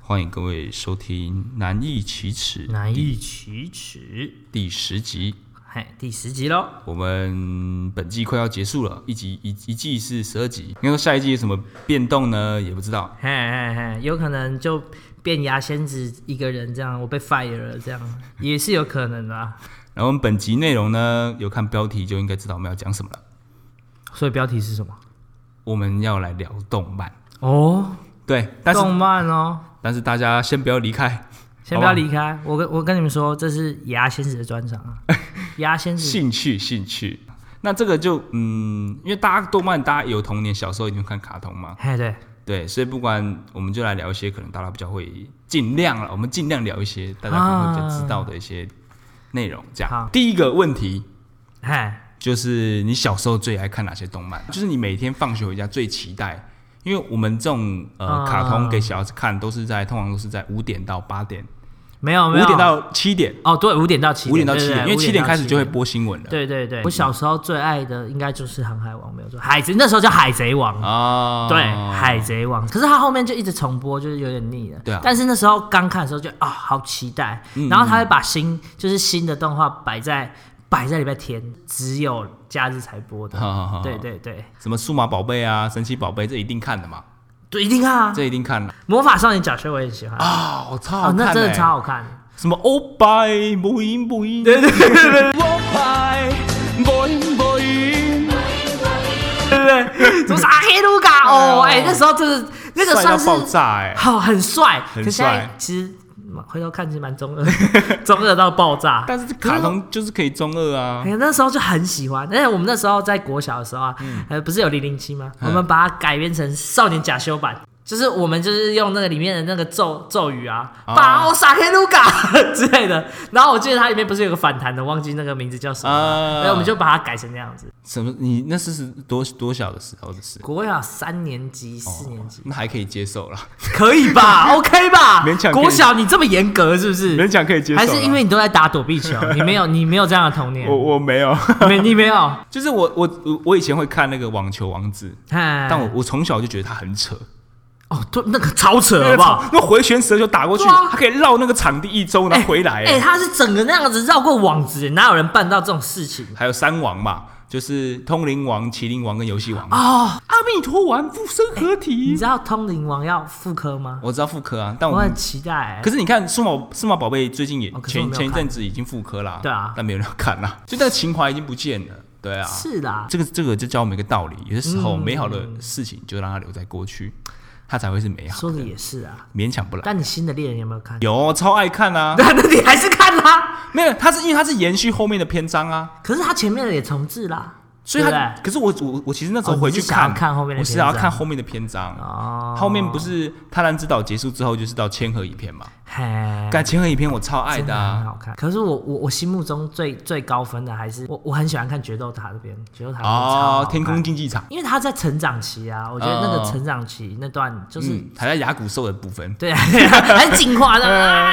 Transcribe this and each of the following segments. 欢迎各位收听《难易启齿》难易启齿，第十集。嘿，第十集喽。我们本季快要结束了，一集一一季是十二集，应该说下一季有什么变动呢？也不知道。嘿嘿嘿，有可能就变牙仙子一个人这样，我被 fire 了这样，也是有可能的啊。然后我们本集内容呢，有看标题就应该知道我们要讲什么了。所以标题是什么？我们要来聊动漫，哦，对，但是动漫哦。但是大家先不要离开，先好不吧要离开，我跟我跟你们说，这是牙仙子的专场 啊，牙仙子兴趣兴趣。那这个就嗯，因为大家动漫，大家有童年小时候一定会看卡通嘛，哎，对，对，所以不管我们就来聊一些可能大家比较会尽量了，我们尽量聊一些大家可能会比较知道的一些内容。这样，好第一个问题哎，就是你小时候最爱看哪些动漫？就是你每天放学回家最期待，因为我们这种呃啊卡通给小孩子看都是在通常都是在五点到八点，没有五没有，点到七点，哦，对，五点到七，五点到七对对点，对因为七点5开始就会7点。播新闻了。对对对，我小时候最爱的应该就是《航海王》，没有错，《海贼》那时候叫《海贼王》哦， 对，《海贼王》，可是它后面就一直重播，就是有点腻了。对啊嗯但是那时候刚看的时候就啊、好期待。然后他会把新就是新的动画摆在摆在礼拜天，只有假日才播的。好好好，对，对对，什么数码宝贝啊、神奇宝贝，这一定看的嘛，对，一定看啊！这一定看了魔法少年小学我也喜欢，啊，我超好哦，看、欸那真的超好看。什么欧拜不赢不赢，对对对对，欧哦拜不赢不赢，什么啥黑卢 卡哦，哎、那时候真的那个帅算到是爆炸哎、好、很帅，很可是现在帅其实嗯回头看其实蛮中二， 中二到爆炸。但是这卡通就是可以中二啊哎，呀，那时候就很喜欢，而且我们那时候在国小的时候啊，嗯呃，不是有零零七吗？我们把它改编成少年假修版，就是我们就是用那个里面的那个咒咒语啊，哦把我撒黑卢卡 之类的。然后我记得它里面不是有个反弹的，忘记那个名字叫什么，哎啊！所以我们就把它改成那样子。什么？你那是是多多小的时候的事？国小三年级、哦四年级。那还可以接受 了，可以 吧？OK 吧？勉强可以国小你这么严格是不是？强可以接还是因为你都在打躲避球，你没有你没有这样的童年，我没有，没你没有。 就是我我我我以前会看那个网球王子，但但我我从小就觉得他很扯，哎哦，对，那个超扯啊好不好？那回旋蛇球打过去，对啊他可以绕那个场地一周，然后回来。欸哎，他是整个那样子绕过网子，哪有人办到这种事情？还有三王嘛，就是通灵王、麒麟王跟游戏王。哦，阿弥陀丸附身合你体，知道通灵王要复刻吗？我知道复刻啊，但我我很期待。可是你看数码数码宝贝最近也哦可是前我没有前一看阵子已经复刻啦，对啊但没有人要看 啦，就那个情怀已经不见了，对啊。是嗯啦，这个这个就教我们一个道理，有些时候美好的事情就让它留在过去，它才会是美好说的的，也是啊。勉强不来。但你新的猎人有没有 看？有超爱看啊，那你还是看啦。没有，它是因为它是延续后面的篇章啊，可是他前面的也重置啦，所以对他不对可是我我我其实那时候哦回去你是想要看后面的我是要篇章看后面的篇章哦后面不是贪婪之岛结束之后就是到千和影片嘛？嘿，干千和影片我超爱哎真的的很啊，好看。可是我我我心目中最最高分的还是我我很喜欢看决斗塔这边，决斗塔那边超好哦看，天空，竞技场，因为他在成长期啊，我觉得那哦个成长期那段就是、嗯，还在牙骨兽的部分，对啊，很进化 的，啊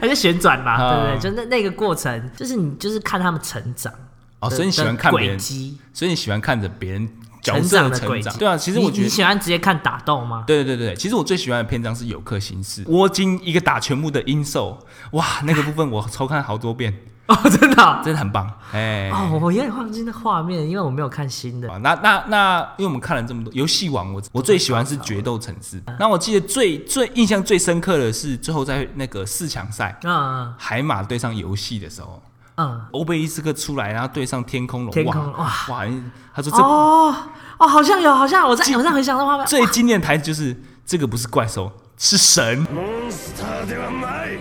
还在旋转嘛，对嗯不对？就那那个过程，就是你就是看他们成长哦，的所以你喜欢看的别轨人，迹，所以你喜欢看着别人角成色长的轨成长，迹。对啊，其实我你觉你得。喜欢直接看打斗吗？对对对对，其实我最喜欢的篇章是有客行事，窝金一个打全部的阴兽，哇，那个部分我抽看好多遍， 哦，真的哦。真的很棒，哎、哦，我有点忘记那画面，因为我没有看新的。啊，那那那，因为我们看了这么多游戏王，我我最喜欢是决斗城市。那我记得最最印象最深刻的是最后在那个四强赛，嗯海马对上游戏的时候，嗯，欧贝伊斯克出来，然后对上天空龙，天空哇哇！他说这、哦哦，好像有，好像有我在我在回想那画面，最经典的台词就是这个不是怪兽，是神。 モンスターではない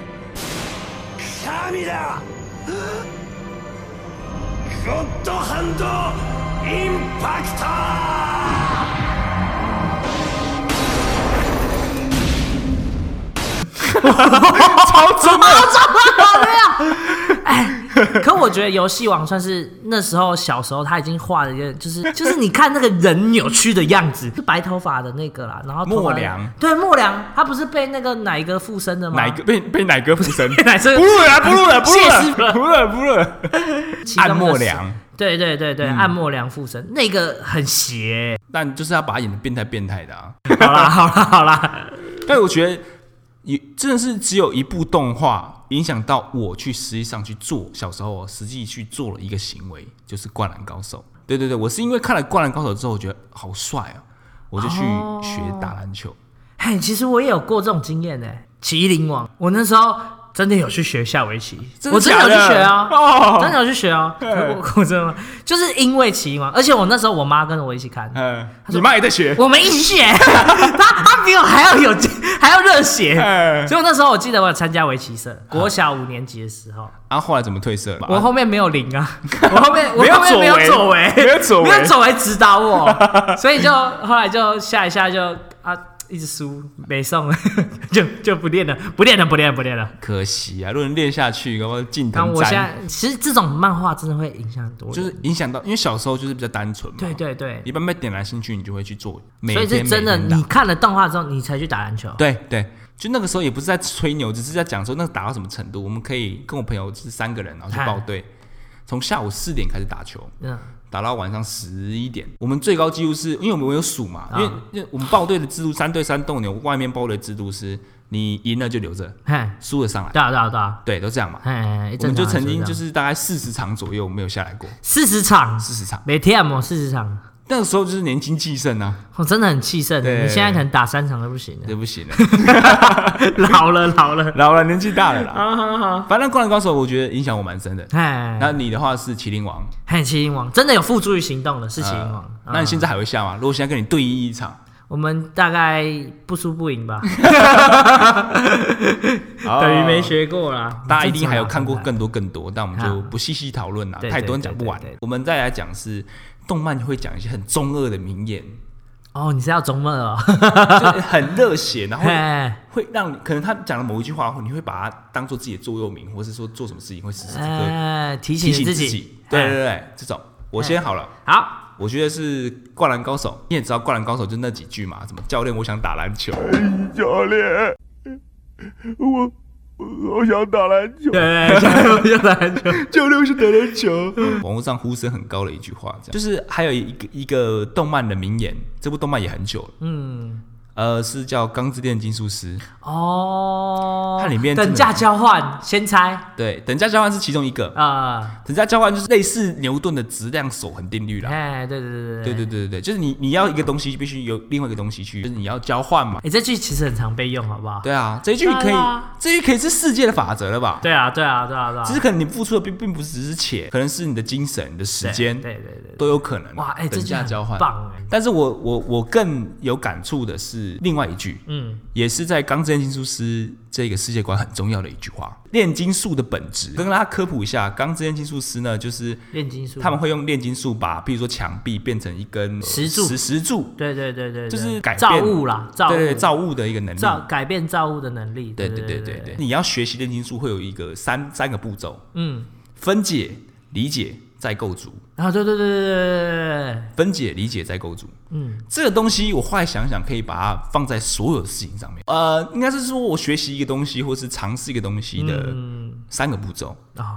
神だゴッドハンドインパクター超中 哦二。哎可我觉得游戏王算是那时候小时候他已经画的有点，就是就是你看那个人扭曲的样子，是白头发的那个啦，然后头发莫良对莫良，他不是被那个哪一个附身的吗？奶哥被被奶哥附 身，被哪一个不录了，不录了，不录 谢师傅了，不录了，不录了。 其中的暗嗯莫良？对对对对，暗莫良附身那个很邪、 但就是要把他演的变态变态的啊。好啦好啦好啦，但我觉得也真的是只有一部动画影响到我去实际上去做，小时候哦实际去做了一个行为，就是《灌篮高手》。对对对，我是因为看了《灌篮高手》之后，我觉得好帅哦，我就去哦学打篮球。嘿，其实我也有过这种经验呢、麒麟王，我那时候真的有去学下围棋，真的我真的假有的去学啊，哦真的有去学啊，我我真的吗就是因为麒麟王，而且我那时候我妈跟着我一起看，嗯，你妈也在学。我们一 起学，她她比我还要有 还要热血哎，所以我那时候我记得我有参加围棋社，嗯国小五年级的时候，然后后来怎么退社？我后面没有零 啊，我后面我没有后面没有左左为为，没有左为没有左为指 导我，所以就后来就下一下就啊一直输，没送， 就就不练了，不练了，不练了，不练了。可惜啊，如果能练下去，然后进然后藤我现斩，在其实这种漫画真的会影响很多人，就是影响到，因为小时候就是比较单纯嘛。对对对，一般被点燃兴趣，你就会去做。每所以是天真的，每天打你看了动画之后，你才去打篮球。对对，就那个时候也不是在吹牛，只是在讲说那个打到什么程度，我们可以跟我朋友就是三个人，然后去报队，从下午四点开始打球，嗯，打到晚上十一点。我们最高纪录是因为我们有数嘛，因为啊因为我们报队的制度三对三斗牛，外面报队的制度是你赢了就留着，嘿，输了上来，对啊对啊对啊，对，都这样嘛。嘿，我们就曾经就是是大概四十场左右没有下来过，啊四十场，四十场。每天哦四十场，那个时候就是年轻气盛啊，我真的很气盛的。对你现在可能打三场都不行对不行了， 了， 老了老了。老了年纪大了啦。啊好好好，反正《灌篮高手》我觉得影响我蛮深的。哎，那你的话是《麒麟王》，嘿，麒麟王真的有付诸于行动的，是麒麟王呃。嗯那你现在还会下吗？如果现在跟你对弈一场，我们大概不输不 赢吧，等 等于没。学过啦。哦大家一定还有看过更多更多，但我们就不细细讨论啦，对太多人讲不完对对对对。我们再来讲是动漫会讲一些很中二的名 言，哦，你是要中二哦， 就是很热血，然后 嘿，会让你可能他讲的某一句话，你会把它当做自己的座右铭，或是说做什么事情会时时刻刻哎，提提醒醒自自己哎己。。对对嘿，对，这种我先好了。好，我觉得是《灌篮高手》，你也知道《灌篮高手》就那几句嘛，什么教练我想打篮球，教练，我我好想打篮球。对对对，不要打篮球。教练我想打篮球，网络上呼声很高的一句话，这样就是还有一个一个动漫的名言，这部动漫也很久了，嗯，呃，是叫《钢之炼金术师》，哦，它里面真的等价交换，先猜对，等价交换是其中一个，啊，等价交换就是类似牛顿的质量守恒定律啦。哎，对对对啊对对对。对对对，就是你你要一个东西，必须有另外一个东西去，就是你要交换嘛。哎，这句其实很常被用，好不好？对啊，这一句可对以啊，这一句可以是世界的法则了吧？对啊，对啊，对啊，对啊。只是可能你付出的并并不是只是钱，可能是你的精神、你的时间，对对对对都有可能。哇哎这等句价很交换，棒哎但是我我我更有感触的是另外一句，嗯，也是在《钢之炼金术师》这个世界观很重要的一句话：炼金术的本质。跟大家科普一下，《钢之炼金术师》呢，就是炼金术，他们会用炼金术把，比如说墙壁变成一根呃石柱石石柱，对对对对，对就是改变造物啦，造物对对造物的一个能力。造改变造物的能力。对对对对对对对，，你要学习炼金术会有一个三三个步骤：嗯，分解、理解、再构筑。啊，对对对对对对分解、理解、再构筑。嗯，这个东西我后来想想，可以把它放在所有的事情上面。呃，应该是说我学习一个东西，或是尝试一个东西的三个步骤。对，啊，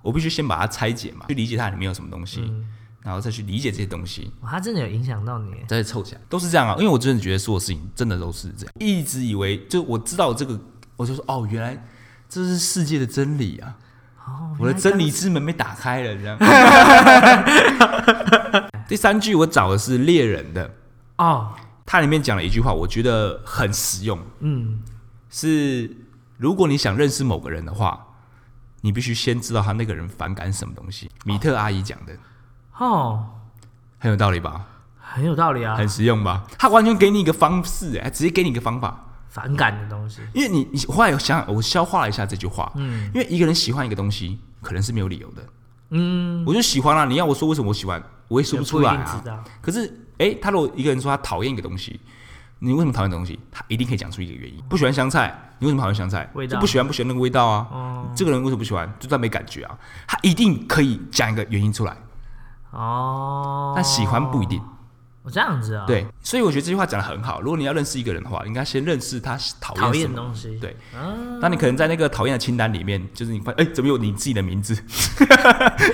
我必须先把它拆解嘛，去理解它里面有什么东西，然后再去理解这些东西，哇，他真的有影响到你。再凑起来，都是这样啊。因为我真的觉得所有事情真的都是这样，一直以为就我知道这个，我就说哦，原来这是世界的真理啊。哦，我的真理之门被打开了，这样。 第三句我找的是猎人的，哦，它里面讲了一句话，我觉得很实用，嗯，是如果你想认识某个人的话，你必须先知道他那个人反感什么东西。米特阿姨讲的哦，很有道理吧？很有道理啊，很实用吧？他完全给你一个方式、哎，他直接给你一个方法。反感的东西。因为你，你后来有想想，我消化了一下这句话，嗯，因为一个人喜欢一个东西，可能是没有理由的，嗯，我就喜欢啦、啊你要我说为什么我喜欢，我也说出来也不一定知啊道。可是，哎、他如果一个人说他讨厌一个东西，你为什么讨厌东西？他一定可以讲出一个原因。不喜欢香菜，你为什么讨厌香菜？味道就不喜欢不喜欢那个味道啊。哦这个人为什么不喜欢？就他没感觉啊。他一定可以讲一个原因出来，哦，但喜欢不一定。哦，这样子啊，，对，所以我觉得这句话讲的很好。如果你要认识一个人的话，应该先认识他讨厌讨什厌么东西，对，那你可能在那个讨厌的清单里面，就是你发现，哎、怎么有你自己的名字？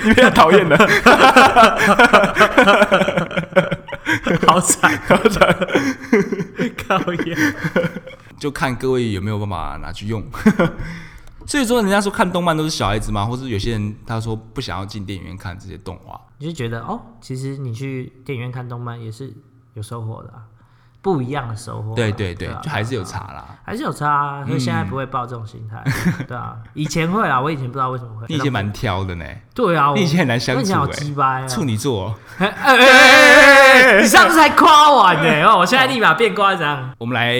你被他讨 厌了。 好惨，好惨，靠厌。就看各位有没有办法拿去用。 所以说，人家说看动漫都是小孩子嘛，或是有些人他说不想要进电影院看这些动画，你就觉得哦，其实你去电影院看动漫也是有收获的、啊，不一样的收获啊、对对对啊，就还是有对啊差啦。还是有差、啊，所以现在不会抱这种心态，对啊，以前会啊，我以前不知道为什么会，嗯你以前蛮挑的呢，对啊，我你以前很难相我以前好处鸡掰哎，啊，处女座。哎哎 哎哎哎你上次才夸完呢、哦，我现在立马变夸张，我们来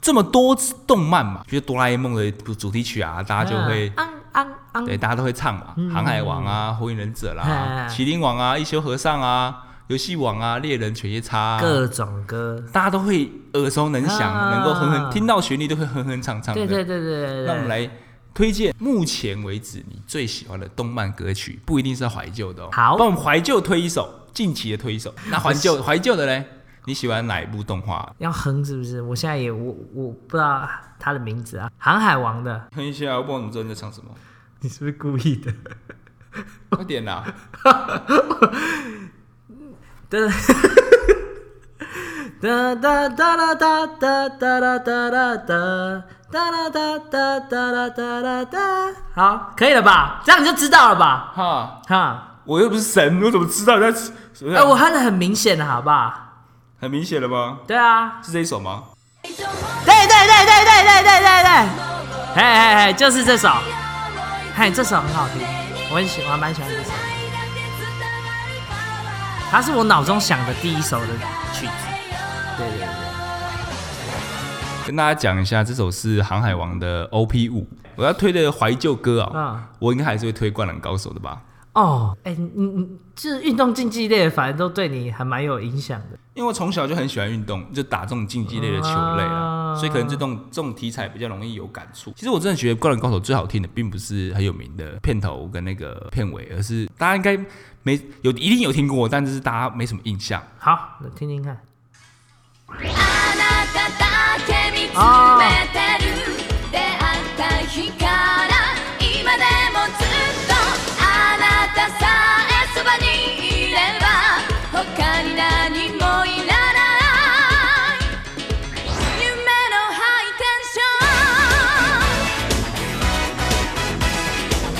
这么多动漫嘛，比如哆啦 A 梦的主题曲啊，大家就会嗯昂昂昂，对，大家都会唱嘛，《航海王》啊，《火影忍者》啦，嗯《麒麟王》啊，《一休和尚》啊，《游戏王》啊，《猎人犬夜叉》啊，各种歌，大家都会耳熟能详，啊能够哼哼听到旋律都会哼哼唱唱对对的。对对对，那我们来推荐目前为止你最喜欢的动漫歌曲，不一定是要怀旧的哦。好帮我们怀旧推一首，近期的推一首。那怀旧怀旧的嘞，你喜欢哪一部动画？要哼是不是？我现在也我我不知道他的名字啊，航海王的，哼一下，我不知道你知道你在唱什么，你是不是故意的？快点啦！哒哒哒哒哒哒哒哒哒哒哒哒哒哒哒哒哒哒哒，好，可以了吧？这样你就知道了吧？哈，哈，我又不是神，我怎么知道你在吃？是不是哎、我哼的很明显的，好不好？很明显了吧？对啊，是这一首吗？对对对对对对对对对，哎哎哎，就是这首，哎，这首很好听，我很喜欢，蛮喜欢这首，它是我脑中想的第一首的曲子，对对对。跟大家讲一下，这首是《航海王》的 OP 五。我要推的怀旧歌啊、嗯我应该还是会推《灌篮高手》的吧，哦，哎、你你你，就是运动竞技类，反正都对你还蛮有影响的。因为我从小就很喜欢运动，就打这种竞技类的球类啦，啊所以可能这种这种题材比较容易有感触。其实我真的觉得《灌篮高手》最好听的，并不是很有名的片头跟那个片尾，而是大家应该没有一定有听过，但就是大家没什么印象。好，我听听看。あなただけ見つめてる出会った日から今でもずっとあなたさえそばにいれば他に何もいらない夢のハイテンシ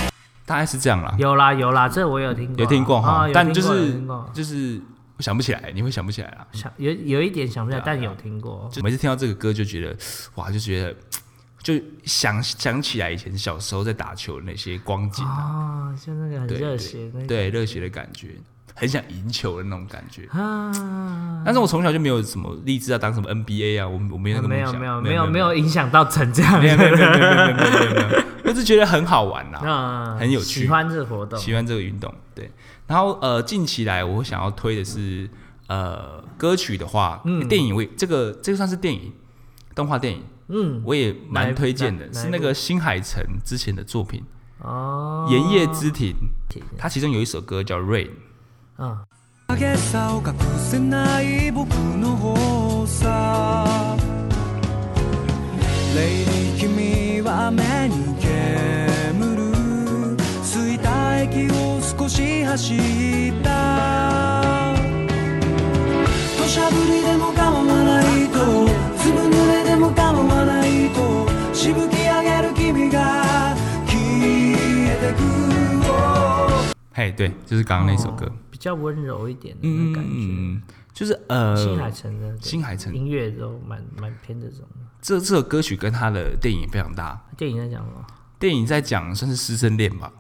ョン大概是这样啦，有啦有啦，这我有听过，有听过哈，啊有但就听过有是听过就是我想不起来，你会想不起来啦。想有有一点想不起来，但有听过。就每次听到这个歌就觉得，哇，就觉得就想想起来以前小时候在打球的那些光景啊，哦，就那个很对热血那对对个。热血的感觉，很想赢球的那种感觉。啊，但是我从小就没有什么立志要当什么 NBA 啊，我我没有那个梦没有想，没有有没有有没有影响到成这样没有没有没有没子。有没有没有没有没有，我只觉得很好玩呐、 那很有趣喜欢这个活动。喜欢这个运动，对。然后呃，近期来我想要推的是呃歌曲的话，电影我也这个这个算是电影动画电影，嗯，我也哪蛮一推荐的，哪是哪一部那个新海诚之前的作品哦《盐业之庭》，它其中有一首歌叫《Rain》，嗯，激さを隠せない僕の方さ Lady 君は目に煙る吸いた駅を少し走った土砂降りでも構わないと粒濡れでも構わないとしぶき上げる君が消えてく、Oh 嘿，对，就是刚刚那首歌，哦比较温柔一点的嗯嗯那感觉。嗯嗯，就是呃，新海诚的新海诚音乐都蛮蛮偏这种的。这这首歌曲跟他的电影非常搭，电影在讲什么？电影在讲算是师生恋吧，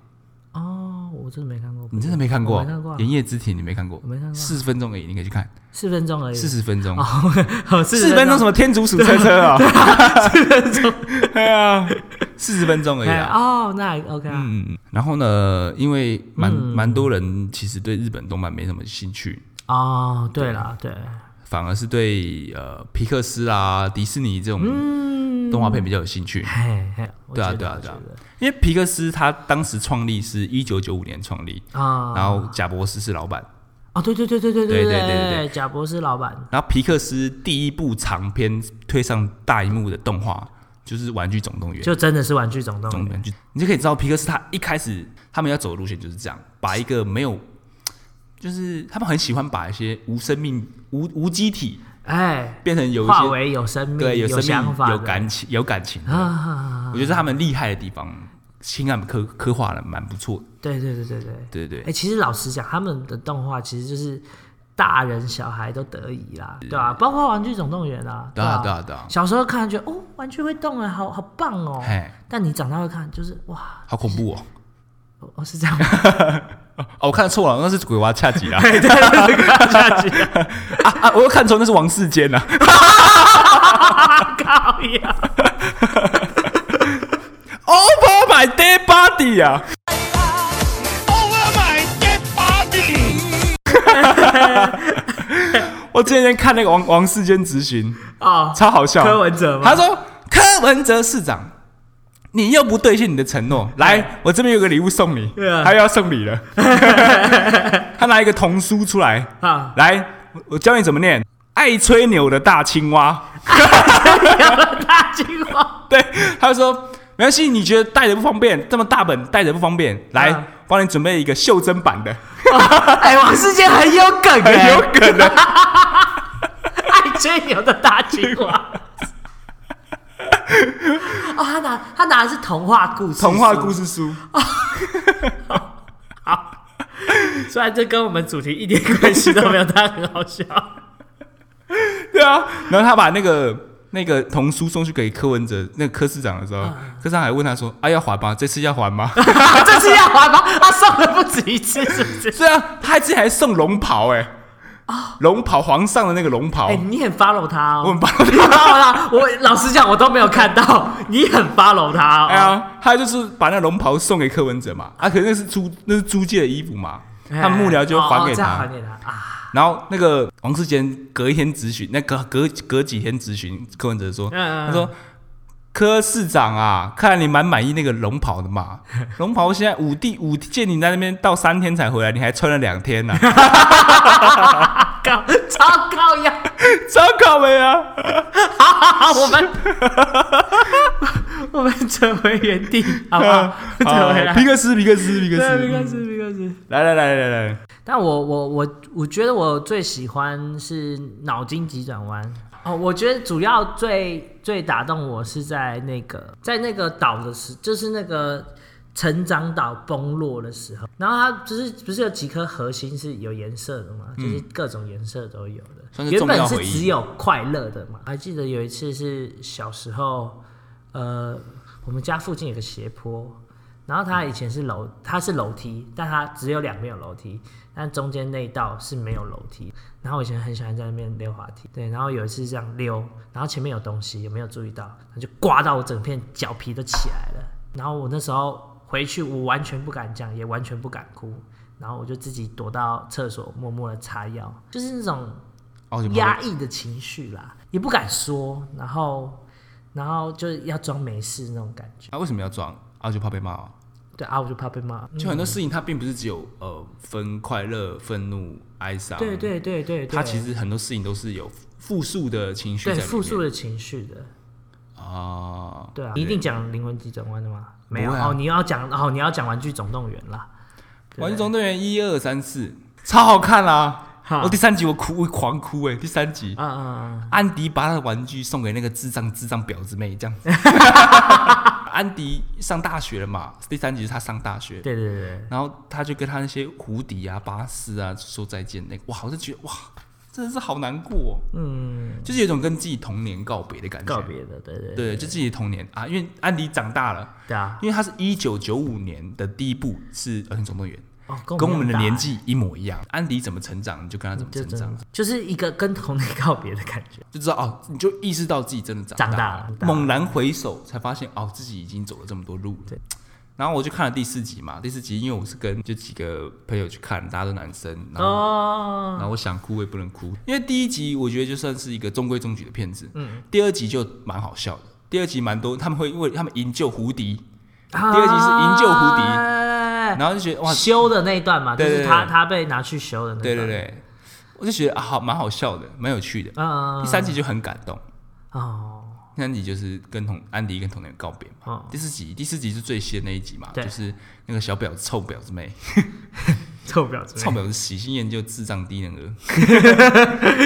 哦，我真的没看过。你真的没看过我没看过啊《盐业之庭》，你没看过？我没看过啊四十分钟而已，你可以去看，四分钟而已。四十分钟。 哦，四四十十分钟什什么天竺鼠车车啊？四分钟，对啊，四十分钟而已哎啊。哦，那还 OK 啊。嗯，然后呢，因为蛮嗯蛮多人其实对日本动漫没什么兴趣，哦，对啦，对，啊反而是对呃皮克斯啦、迪士尼这种动画片比较有兴趣。嘿嘿，我对啊，嗯哎觉得对啊，我对啊觉得，因为皮克斯他当时创立是一九九五年创立，啊，然后贾博士是老板，哦，对对对对对对对对对对对贾博士老板然后皮克斯第一部长篇推上大荧幕的动画就是《玩具总动员》。就真的是《玩具总总动员感》，觉，你就可以知道皮克斯他一开始他们要走的路线就是这样，把一个没有，就是他们很喜欢把一些无生命、无无机体哎，变成有一化些为有生命、对有生想法命、的、有感情、有感情的。啊我！觉得是他们厉害的地方，情感刻刻画的蛮不错的。对对对对对。对对哎、对，其实老实讲，他们的动画其实就是大人小孩都得以啦，对啊，包括《玩具总动员》啊，对啊啊对啊对啊小时候看觉得哦，玩具会动啊，好好棒哦嘿。但你长大会看，就是哇，好恐怖哦！哦哦是这样吗，哦，我看错了，那是鬼娃恰吉 啦。对， 啊啊！我又看错，那是王世坚啊。 靠呀！ Over Oh my dead body 啊！我之前看那个王王世坚执行，哦，超好笑。柯文哲吗他说柯文哲市长，你又不兑现你的承诺，来，我这边有个礼物送你嗯对啊，他又要送礼 了。他拿一个童书出来，啊，来，我我教你怎么念。爱吹牛的大青蛙，有了大金花，对，他就说没关系，你觉得带着不方便，这么大本带着不方便，来啊帮你准备一个袖珍版的，哎、王世坚很有梗、欸，很有啊可能。 爱吹牛的大青蛙。 哦，他拿他拿的是童话故事，童话故。事书，虽然这跟我们主题一点关系都没有，但很 好笑。对啊。然后他把那个那个童书送去给柯文哲那个柯市长的时嗯候，柯市长还问他说：“啊，要还吗？这次要还吗 这次要还吗？他送了不止一次，是不？”是？对啊，他还之前还送龙袍哎、龙袍皇上的那个龙袍哦哎、，你很 follow 他哦。我很棒。 follow 他，我老实讲，我都没有看到。你很 follow 他、哦。哎呀，他就是把那龙袍送给柯文哲嘛，啊，可是那是租那是租借的衣服嘛，哎，他幕僚就还给哦哦这样他还。给他啊。然后那个王世坚隔一天咨询，那隔隔隔几天咨询柯文哲说，嗯嗯他说柯市长啊，看来你蛮满意那个龙袍的 嘛，龙袍现在五弟五见你在那边到三天才回来，你还穿了两天呢、啊， 高超高呀！糟糕没 啊？好，我们 我们折回原 地，好不啊 好？折啊回来。皮克斯，皮克斯，皮克对，没关斯，系，没关系。来来来来来，但我我我我觉得我最喜欢是脑筋急转弯哦，我觉得主要最最打动我是在那个在那个岛的时，就是那个成长岛崩落的时候，然后它不是不是有几颗核心是有颜色的嘛，就是各种颜色都有的，嗯算是原重要本回是忆只有快乐的嘛，还记得有一次是小时候，呃，我们家附近有个斜坡，然后它以前是楼，它是楼梯，但它只有两边有楼梯，但中间那一道是没有楼梯。然后我以前很喜欢在那边溜滑梯，对，然后有一次这样溜，然后前面有东西，有没有注意到？然后就刮到我整片脚皮都起来了。然后我那时候回去，我完全不敢讲，也完全不敢哭，然后我就自己躲到厕所，默默的擦药，就是那种哦，你压抑的情绪啦，也不敢说，然后然后就要装没事那种感觉。他为什么要装？啊，就怕被骂、啊。对啊，我就怕被骂。就很多事情，它并不是只有呃分快乐、愤怒、哀伤，嗯对对对对对，它其实很多事情都是有复数的情绪在对里面。复述的情绪的，啊，对啊，你一定讲灵魂急转弯的吗？没有、不会啊哦，你要讲哦，你要讲玩具总动员啦。 《玩具总动员》一二三四超好看啦、哈我第三集我哭，我狂哭哎、第三集。啊啊啊！安迪把他的玩具送给那个智障智障婊子妹，这样。 安迪上大学了嘛？第三集是他上大学，对对对对，然后他就跟他那些胡迪啊、巴斯啊说再见。那个哇，我就觉得哇，真的是好难过、哦，嗯，就是有一种跟自己童年告别的感觉。告别的，对对对对，就自己的童年啊，因为安迪长大了，对啊！因为他是一九九五年的第一部是《儿童总动员》，哦，跟我们的大年纪一模一样。安迪怎么成长，你就跟他怎么就成真长的，就是一个跟童年告别的感 觉。就知道哦，你就意识到自己真的长大长大了猛然回首才发现哦，自己已经走了这么多路了。然后我就看了第四集嘛，第四集因为我是跟就几个朋友去看，大家都男生，然后、然哦，后我想哭我也不能哭，因为第一集我觉得就算是一个中规中矩的片子，嗯，第二集就蛮好笑的，第二集蛮多他们会因为他们营救胡迪，第第二集是营救胡迪哎迪，然后就觉得哇，修的那一段嘛，就对是对他对他被拿去修的那一对段。对对，我就觉得啊，好蛮好笑的，蛮有趣的。嗯，嗯，嗯第三集就很感动，哦，第三集就是跟同安迪跟童年告别嘛。哦第四集，第四集是最新的那一集嘛，对就是那个小婊子臭婊子妹，臭婊 子，臭婊子喜新厌旧，智障低能儿。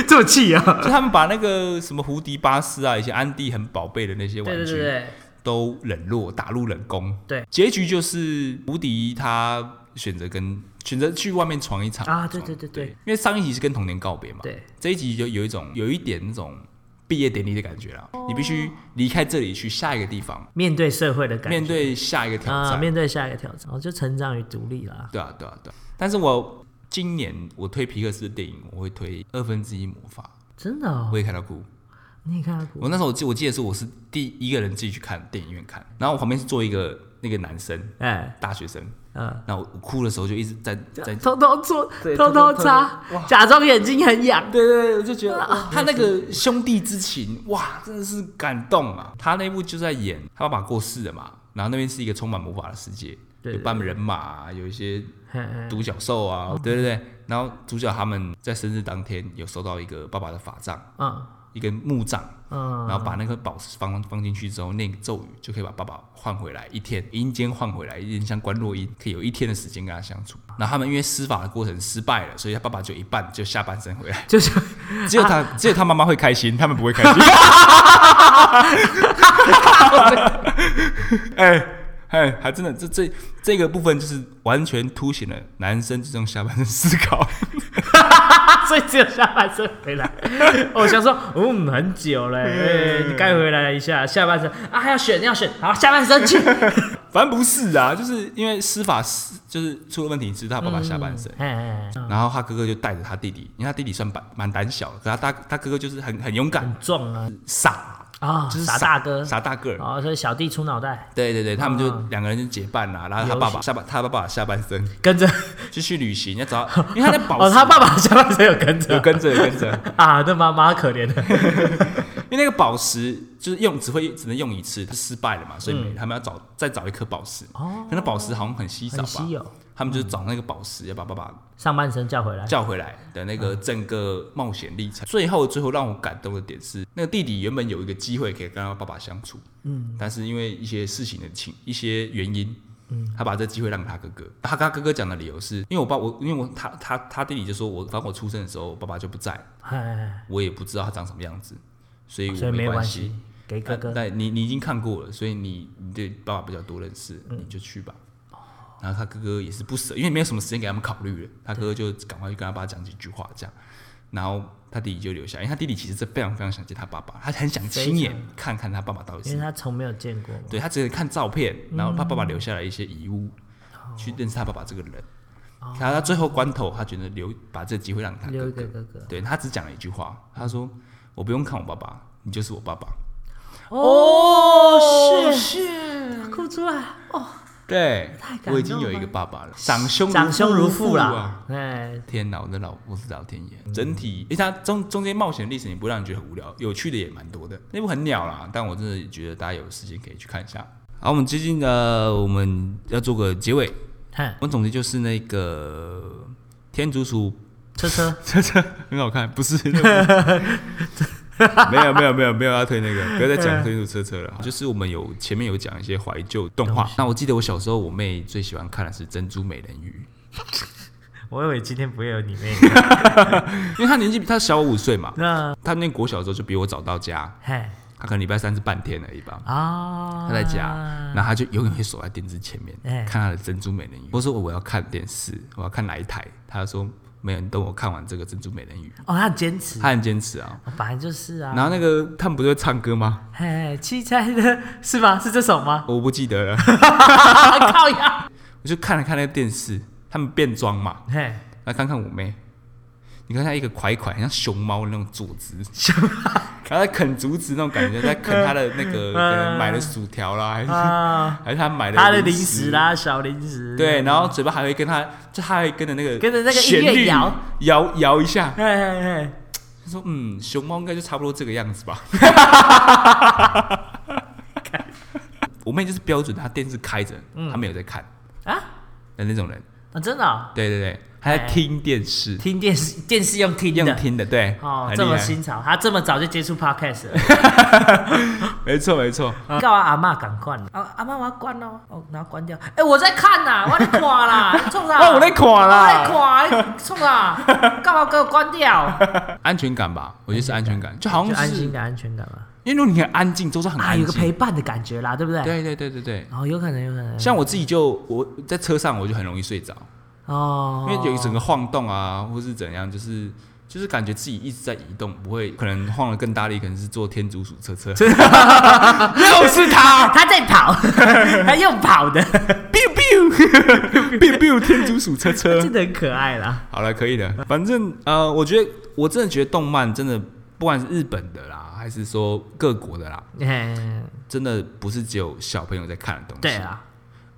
这么气啊！就他们把那个什么胡迪巴斯啊，以前安迪很宝贝的那些对玩对对具，对，都冷落，打入冷宫。对结局就是胡迪他选择跟选择去外面闯一场啊对对闯对对因为上一集是跟童年告别嘛，对，这一集就有一种有一点那种毕业典礼的感觉啦，你必须离开这里去下一个地方，面对社会的感觉，面对下一个挑啊，战。面对下一个挑战，我就成长与独立啦。对啊，对啊，对啊。但是我今年我推皮克斯的电影，我会推《二分之一魔法》，真的、哦我，也看到哭。你也看到哭我那时候我记我记得是我是第一个人自己去看电影院看，然后我旁边是坐一个那个男生，哎，大学生，嗯，然后我哭的时候就一直在在，偷偷做，对偷偷偷偷擦，假装眼睛很痒。对对对，我就觉得哇啊他那个兄弟之情，哇，真的是感动啊！他那部就在演他爸爸过世了嘛，然后那边是一个充满魔法的世界，对有半人马啊，有一些嘿嘿独角兽啊，对对对，然后主角他们在生日当天有收到一个爸爸的法杖，嗯一根木杖，嗯，然后把那个宝石放放进去之后，那个咒语就可以把爸爸换回来一天，阴间换回来，有点像关洛音，可以有一天的时间跟他啊相处。然后他们因为施法的过程失败了，所以他爸爸就一半就下半身回来，就是 只有他、只有他妈妈会开心，他们不会开心。哎哎，还真的这这这个部分就是完全凸显了男生这种下半身思考。啊所以只有下半身回 来。我想说，嗯，很久嘞，哎你该回来一下。下半身啊，要选要选，好，下 半身去。哎反正不是啊，就是因为施法是就是出了问题，只是他爸爸下半身。哎哎，哎然后他哥哥就带着他弟弟，因为他弟弟算蛮蛮胆小的，可他大他哥哥就是很很勇敢，撞啊傻，啊，就是傻大哥，傻大个儿。哦，所啊以小弟出脑袋，对对对，他们就两个人就结伴啦、然后他游爸爸下半他爸爸下半身跟着 就去旅行，要找 到，因为他在宝石哦，他爸爸下半身有跟着，有跟着有跟着，啊，那妈妈可怜的，因为那个宝石就是用只会只能用一次，它失败了嘛，所以嗯没他们要找再找一颗宝石，哦，那宝石好像很稀少很稀吧，有。嗯他们就是找那个宝石要把爸爸上半身叫回来，叫回来的那个整个冒险历程。最后，最后让我感动的点是，那个弟弟原本有一个机会可以跟他爸爸相处，嗯，但是因为一些事情的情一些原因，嗯，他把这机会让他哥哥。他跟他哥哥讲的理由是，因为我爸我因为我他他他弟弟就说我当我出生的时候，我爸爸就不在，哎，我也不知道他长什么样子，哦所以所我以没关关系系。，给哥但哥。但啊你你已经看过了，所以你你对爸爸比较多认识，你就去吧。嗯然后他哥哥也是不舍，因为没有什么时间给他们考虑了，他哥哥就赶快去跟他爸讲几句话，这样。然后他弟弟就留下，因为他弟弟其实是非常非常想见他爸爸，他很想亲眼非看看他爸爸到底因是，为他嗯从没有见过嘛，对他只能看照片，然后他爸爸留下来一些遗物，哦去认识他爸爸这个人。然后他最后关头，他觉得留把这个机会让他留哥一个哥，哥哥。对他只讲了一句话，他说：“我不用看我爸爸，你就是我爸爸。”哦，是哭出来，对太，感动我已经有一个爸爸了，长兄长兄如父啊！啦，哎，天哪，我的老我是老天爷。整体，诶，它中中间冒险历史也不让你觉得很无聊，有趣的也蛮多的。那部很鸟啦，但我真的觉得大家有时间可以去看一下。好，我们接近的我们要做个结尾，看我们总结就是那个天竺鼠车车，这这很好看， 不是？没有没有没有没有要推那 个，不要再讲推出车车啊了。就是我们有前面有讲一些怀旧动画，那我记得我小时候我妹最喜欢看的是《珍珠美人鱼 我以为今天不会有你 妹，》，因为她年纪比她小我五岁嘛，那她念国小的时候就比我早到家，嘿她可能礼拜三是半天而已吧。啊，她在家，然后她就永远会守在电视前面哎看她的《珍珠美人鱼》。我说我要看电视，我要看哪一台？她说没有，你等我看完这个《珍珠美人鱼》。哦，他很坚持，她很坚持啊。本来就是啊，然后那个他们不是会唱歌吗？嘿，七彩的是吗？是这首吗？ 我不记得了， 靠呀，我就看了看那个电视，他们变装嘛，嘿，来看看我妹。你看她一个款款，像熊猫的那种坐姿，然后在啃竹子那种感觉，在啃她的那个可能买的薯条啦，还是啊，还是她买的他的零食。啦，小零食，对，然后嘴巴还会跟她，就她还跟着那个跟着那个旋音乐律摇摇摇一下。嘿，嘿嘿，她说：“嗯，熊猫应该就差不多这个样子 吧。”我妹就是标准，她电视开着，她没有在看啊的那种人。啊，真的啊、对对对，他在听电视，听电视电视用听的，用听的，对，哦，很这厉么害，新潮，他这么早就接触 podcast 了， 没错没错，告我阿嬷赶快， 啊阿嬷我要关哦，哦然后关掉，哎我在看呐，我在看 啦，你冲啥？哦我在看啦我在看，你冲 啥？干嘛给我关掉？安全感吧，我觉得是安全感，就好就像嗯安是心，感、安全感嘛，因为如果你很安静，都是很啊安有静，个陪伴的感觉啦，对不对？。对对对对对。哦，有可能，有可能。像我自己就我在车上我就很容易睡着，哦因，为有一整个晃动啊，或是怎样，就是就是感觉自己一直在移动，不会可能晃得更大力，可能是坐天竺鼠车车， 又是 他他在 跑，他用跑的， ，biu biu biu biu 天竺鼠车车真，的很可爱啦。好了，可以的。反正呃，我觉得我真的觉得动漫真的，不管是日本的啦，还是说各国的啦，嗯，真的不是只有小朋友在看的东西。对，啊，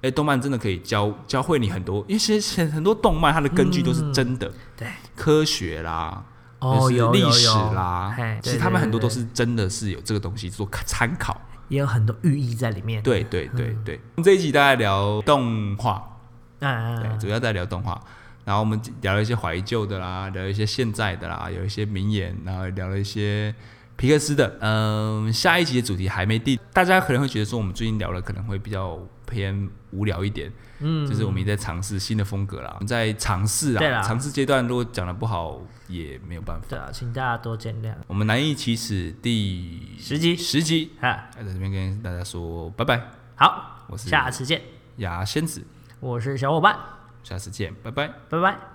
哎、动漫真的可以教教会你很多，因为其实很很多动漫它的根据都是真的，嗯对，科学啦。哦就是有有历史有啦嘿，其对实对他们对很多对嗯都是真的是有这个东西做参考。也有很多寓意在里面。，对对对对，我们这一集大概聊动画，嗯，对，嗯主要在聊动画。然后我们聊了一些怀旧的啦，聊一些现在的啦，有一些名言，然后聊了一些皮克斯的。嗯，下一集的主题还没定，大家可能会觉得说我们最近聊的可能会比较偏无聊一点，嗯，就是我们也在尝试新的风格啦，我们在尝试对啊，啦尝试阶段如果讲的不好也没有办法。对啊，请大家多见谅。我们难易启齿第十集十集，哈，在这边跟大家说拜拜，好，我是下次见，牙仙子，我是小伙伴，下次见，拜拜。拜拜。